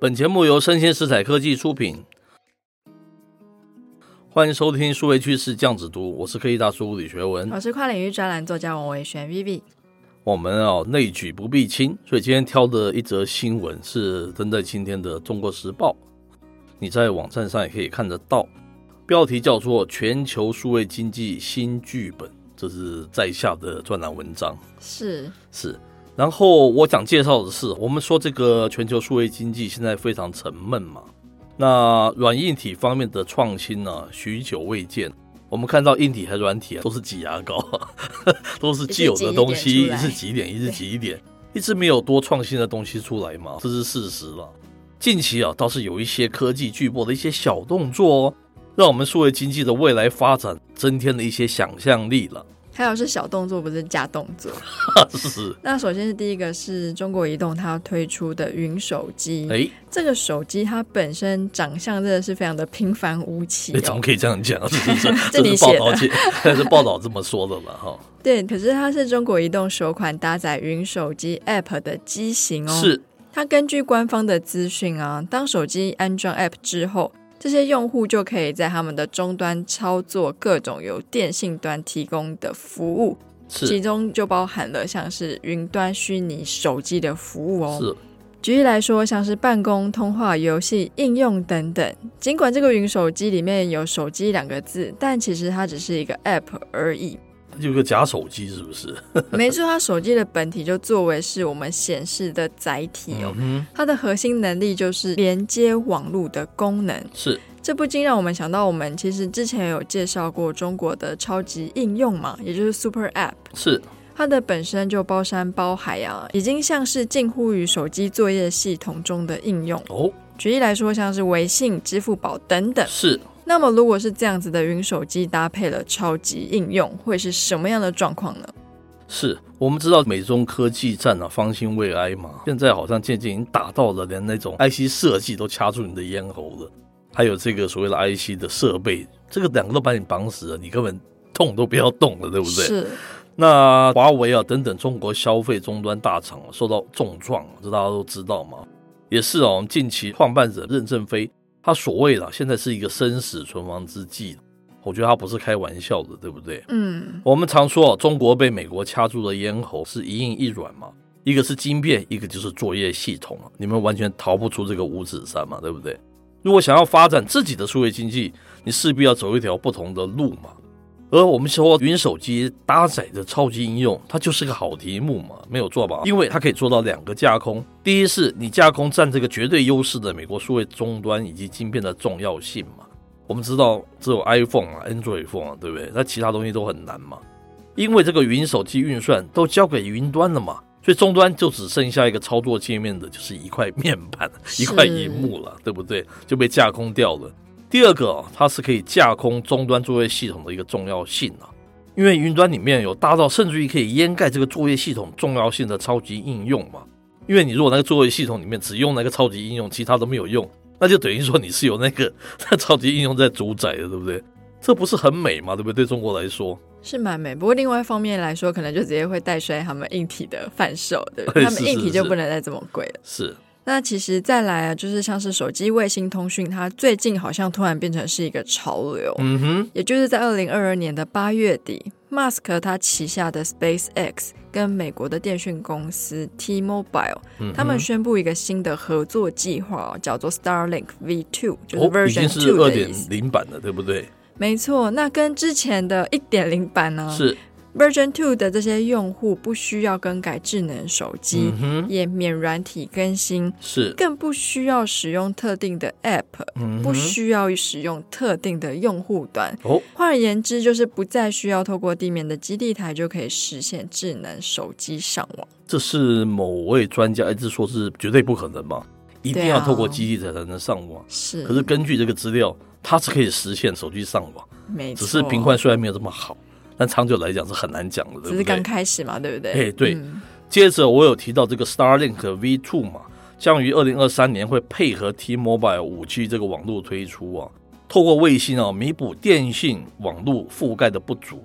本节目由生鲜食材科技出品，欢迎收听数位趋势酱子读，我是科技大叔李学文。我是跨领域专栏作家王维轩 Vivi。我们哦内举不避亲，所以今天挑的一则新闻是登在今天的《中国时报》，你在网站上也可以看得到，标题叫做《全球数位经济新剧本》，这是在下的专栏文章。是，是。然后我想介绍的是，我们说这个全球数位经济现在非常沉闷嘛，那软硬体方面的创新呢、许久未见。我们看到硬体和软体啊，都是挤牙膏， 都是既有的东西，一一直直挤挤一点，一直挤一点，一直没有多创新的东西出来嘛，这是事实了。近期啊，倒是有一些科技巨擘的一些小动作哦，让我们数位经济的未来发展增添了一些想象力了。 还有是小动作，不是大动作。是，那首先是第一个是中国移动它推出的云手机，哎，这个手机它本身长相真的是非常的平凡无奇、你怎哦么，可以这样 讲啊？这是这你是报写的道界， 这是报道这么说的了哈。对，可是它是中国移动首款搭载云手机 App 的机型哦。是它根据官方的资讯啊，当手机安装 App 之后，这些用户就可以在他们的终端操作各种由电信端提供的服务，是其是中就包含了像是云端虚拟手机的服务哦。举例来说，像是办公、通话、游戏、应用等等。尽管这个云手机里面有“手机”两个字，但其实它只是一个 App 而已。 有个假手机是不是？没错，它手机的本体就作为是我们显示的载体哦。嗯它的核心能力就是连接网络的功能，哼，是这不禁让我们想到，我们其实之前有介绍过中国的超级应用嘛，也就是 Super App，是它的本身就包山包海啊，已经像是近乎于手机作业系统中的应用。哦，举例来说，像是微信、支付宝等等。是那么，如果是这样子的云手机搭配了超级应用，会是什么样的状况呢？是。我们知道美中科技战啊，方兴未艾嘛，现在好像渐渐已经打到了连那种 IC 设计都掐住你的咽喉了，还有这个所谓的 IC 的设备，这个两个都把你绑死了，你根本动都不要动了，对不对？是，那华为啊等等中国消费终端大厂、啊、受到重创，这大家都知道嘛。也是啊，我们近期创办人任正非，他所谓的啊现在是一个生死存亡之际，我觉得他不是开玩笑的，对不对？嗯，我们常说、啊、中国被美国掐住了咽喉是一硬一软嘛，一个是晶片，一个就是作业系统啊，你们完全逃不出这个五指山嘛，对不对？如果想要发展自己的数位经济，你势必要走一条不同的路嘛。而我们说云手机搭载的超级应用，它就是个好题目嘛，没有错吧？因为它可以做到两个架空，第一是你架空占这个绝对优势的美国数位终端以及晶片的重要性嘛。我们知道只有 iPhone 啊、Android phone 啊，对不对？那其他东西都很难嘛，因为这个云手机运算都交给云端了嘛，所以终端就只剩下一个操作界面的，就是一块面板、是一块荧幕了，对不对？就被架空掉了。第二个、啊，它是可以架空终端作业系统的一个重要性啊，因为云端里面有大到甚至于可以掩盖这个作业系统重要性的超级应用嘛。因为你如果那个作业系统里面只用那个超级应用，其他都没有用，那就等于说你是由那个那超级应用在主宰的，对不对？这不是很美嘛，对不对？对中国来说，是蛮美，不过另外一方面来说，可能就直接会带衰他们硬体的贩售，对不对？哎是他们硬体是就是不能再这么贵了。是那其实再来啊，就是像是手机卫星通讯，它最近好像突然变成是一个潮流，嗯哼，也就是在二零二二年的八月底，Musk 他旗下的 SpaceX 跟美国的电讯公司 T-Mobile，、嗯哼他们宣布一个新的合作计划、哦，叫做 Starlink V2，就是哦，已 Version 经是2二的点意思。零版了，对不对？没错，那跟之前的一点零版呢、是， Version Two 的这些用户不需要更改智能手机，嗯哼，也免软体更新，是，更不需要使用特定的 App，、嗯不哼，需要使用特定的用户端。哦，换而言之，就是不再需要透过地面的基地台就可以实现智能手机上网。这是某位专家一直说是绝对不可能嘛，一定对要啊透过基地台才能上网。是，可是根据这个资料，它是可以实现手机上网，没只错，是频宽虽然没有这么好，但长久来讲是很难讲的，对只不是刚对？开始嘛，对不对？哎对嗯接着我有提到这个 Starlink V two 嘛，将于二零二三年会配合 T-Mobile 五 G 这个网络推出啊，透过卫星啊弥补电信网络覆盖的不足，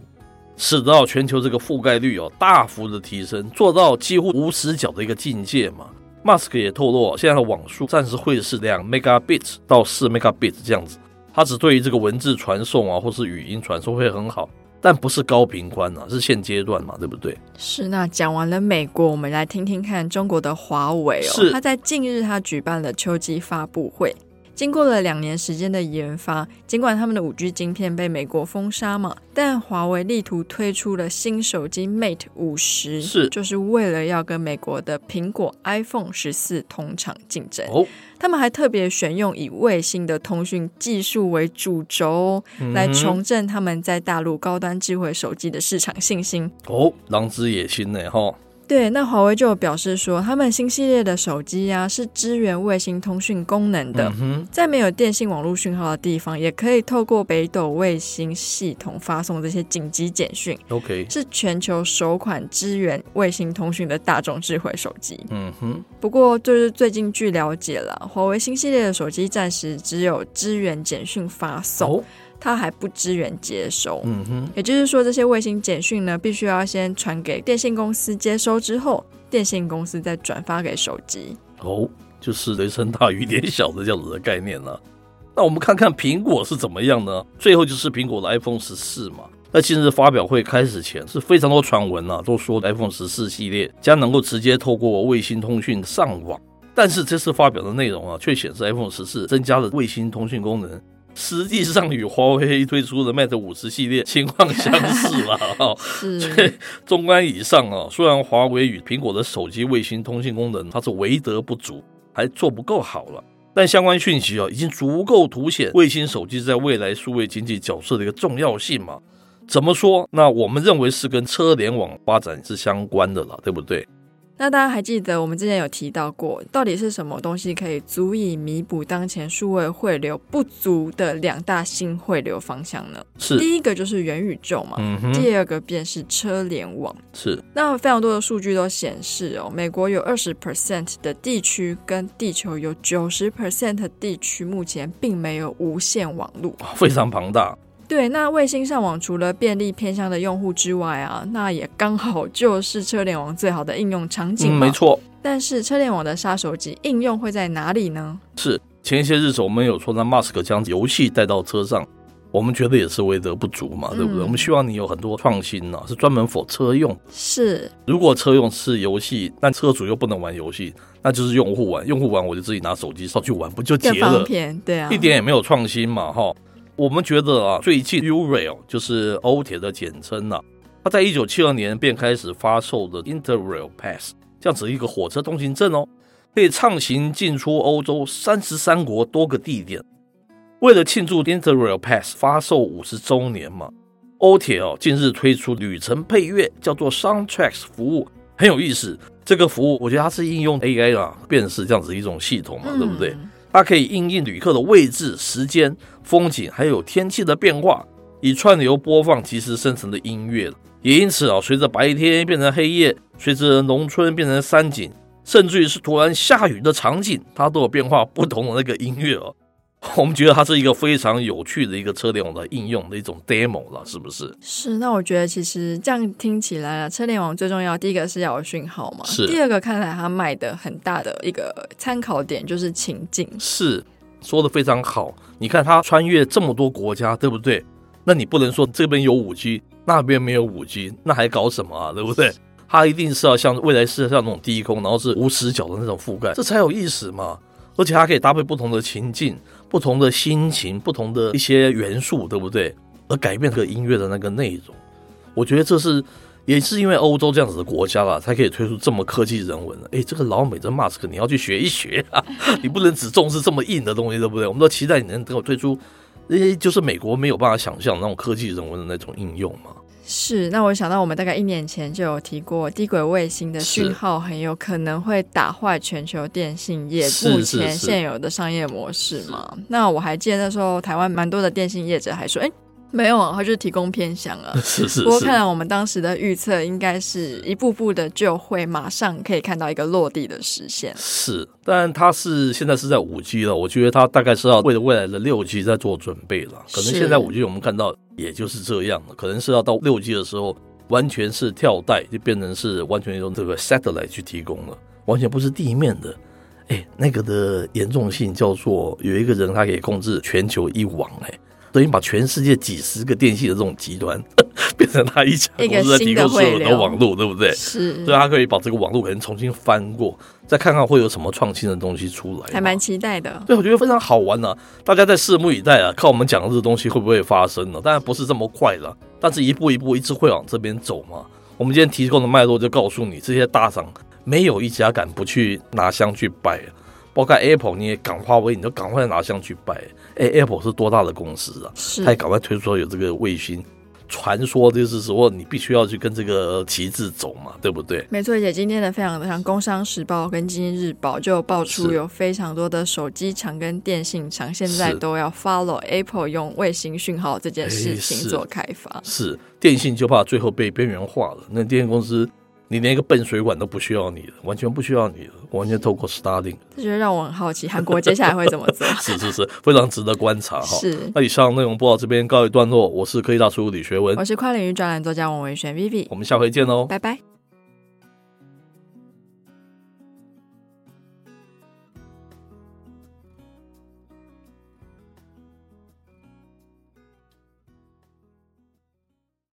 使得啊全球这个覆盖率哦、大幅的提升，做到几乎无死角的一个境界嘛。马斯克也透露，现在的网速暂时会是两 megabits 到四 megabits 这样子。它只对于这个文字传送啊，或是语音传送会很好，但不是高频宽啊，是现阶段嘛，对不对？是。那讲完了美国，我们来听听看中国的华为哦。是它在近日它举办了秋季发布会，经过了两年时间的研发，尽管他们的五 G 晶片被美国封杀嘛，但华为力图推出了新手机 Mate 五十，是就是为了要跟美国的苹果 iPhone 十四同场竞争。哦，他们还特别选用以卫星的通讯技术为主轴哦、来重振他们在大陆高端智慧手机的市场信心。哦，狼之野心呢？哈，对，那华为就有表示说，他们新系列的手机啊是支援卫星通讯功能的，嗯在没有电信网络讯号的地方，也可以透过北斗卫星系统发送这些紧急简讯，哼，OK，是全球首款支援卫星通讯的大众智慧手机。嗯哼，不过，就是最近据了解了，华为新系列的手机暂时只有支援简讯发送，哦，它还不支援接收。嗯哼，也就是说，这些卫星简讯呢，必须要先传给电信公司接收之后，电信公司再转发给手机。哦，就是雷声大雨点小的这样子的概念了、那我们看看苹果是怎么样呢？最后就是苹果的 iPhone 十四嘛。在近日发表会开始前，是非常多传闻啊，都说 iPhone 十四系列将能够直接透过卫星通讯上网。但是这次发表的内容啊，却显示 iPhone 十四增加了卫星通讯功能，实际上与华为推出的 Mate 五十系列情况相似了、 哦。是中观以上啊，虽然华为与苹果的手机卫星通信功能它是为德不足，还做不够好了，但相关讯息啊，已经足够凸显卫星手机在未来数位经济角色的一个重要性嘛。怎么说？那我们认为是跟车联网发展是相关的了，对不对？那大家还记得我们之前有提到过，到底是什么东西可以足以弥补当前数位汇流不足的两大新汇流方向呢？是，第一个就是元宇宙嘛，嗯哼，第二个便是车联网。是那非常多的数据都显示哦，美国有二十 percent 的地区跟地球有九十 percent 的地区目前并没有无线网络。哇非常庞大，对，那卫星上网除了便利偏向的用户之外啊，那也刚好就是车联网最好的应用场景、嗯，没。错，但是车联网的杀手级应用会在哪里呢？是。前些日子我们有说，那 Mask 将游戏带到车上，我们觉得也是为德不足嘛，对不对？嗯我们希望你有很多创新呢、是专门否车用。是如果车用是游戏，但车主又不能玩游戏，那就是用户玩，用户玩我就自己拿手机上去玩，不就结更方了？便，对啊，一点也没有创新嘛，哈。我们觉得啊，最近 Urail 就是欧铁的简称呐、它在一九七二年便开始发售的 Interrail Pass，这样子一个火车通行证哦，可以畅行进出欧洲三十三国多个地点。为了庆祝 Interrail Pass 发售五十周年嘛，欧铁哦近日推出旅程配乐，叫做 Soundtracks 服务，很有意思。这个服务我觉得它是应用 AI 啊，便是这样子一种系统嘛，对不对？嗯它可以应应旅客的位置、时间、风景，还有天气的变化，以串流播放即时生成的音乐。也因此啊，随着白天变成黑夜，随着农村变成山景，甚至于是突然下雨的场景，它都有变化不同的那个音乐哦。我们觉得它是一个非常有趣的一个车联网的应用的一种 demo 了，是不是？是，那我觉得其实这样听起来啊，车联网最重要，第一个是要有讯号嘛，是第二个看来它卖的很大的一个参考点就是情境，是说的非常好。你看他穿越这么多国家，对不对？那你不能说这边有五 G，那边没有五 G，那还搞什么啊？对不对？它一定是要像未来世界上那种低空，然后是无死角的那种覆盖，这才有意思嘛。而且它可以搭配不同的情境、不同的心情、不同的一些元素，对不对？而改变这个音乐的那个内容，我觉得这是也是因为欧洲这样子的国家啦，才可以推出这么科技人文的。哎，这个老美这 Mask 你要去学一学啊，你不能只重视这么硬的东西，对不对？我们都期待你能够推出，诶，就是美国没有办法想象的那种科技人文的那种应用嘛。是，那我想到我们大概一年前就有提过，低轨卫星的是讯号很有可能会打坏全球电信业是目是前是现有的商业模式嘛。那我还记得那时候台湾蛮多的电信业者还说，哎、没有啊，它就是提供偏向 啊。是是不过是看，来我们当时的预测应该是一步步的就会马上可以看到一个落地的实现。是，但它是现在是在五 G 了，我觉得它大概是要为了未来的六 G 在做准备了。可能是现在五 G 我们看到也就是这样了，可能是要到六 G 的时候，完全是跳带，就变成是完全用这个 satellite 去提供了。完全不是地面的。哎，那个的严重性叫做有一个人他可以控制全球一网哎、等于把全世界几十个电信的这种集团 变成他一家一个公司在提新的供所有汇的流网络，对不对？啊是所以他可以把这个网络可能重新翻过，再看看会有什么创新的东西出来嘛。啊还蛮期待的。对，我觉得非常好玩呢、啊大家在拭目以待啊，看我们讲的这个东西会不会发生啊呢、当然不是这么快了，但是一步一步一直会往这边走嘛。我们今天提供的脉络就告诉你，这些大厂没有一家敢不去拿香去拜，啊包括 Apple 你也感化为你都赶快拿香去拜。哎，Apple 是多大的公司啊？是他也赶快推出有这个卫星。传说就是说，你必须要去跟这个旗帜走嘛，对不对？没错，姐今天的非常的像《工商时报》跟《经济日报》就有爆出是有非常多的手机厂跟电信厂现在是都要 follow Apple 用卫星讯号这件事哎是情做开发。是电信就怕最后被边缘化了。那电信公司，你连一个笨水管都不需要你了，完全不需要你了，完全透过 Starlink， 这就让我很好奇，韩国接下来会怎么做？是是是，非常值得观察哈。是，那以上内容播到这边告一段落，我是科技大叔李学文我，是跨领域专栏作家王维璇 Vivi，我们下回见喽，哦拜拜。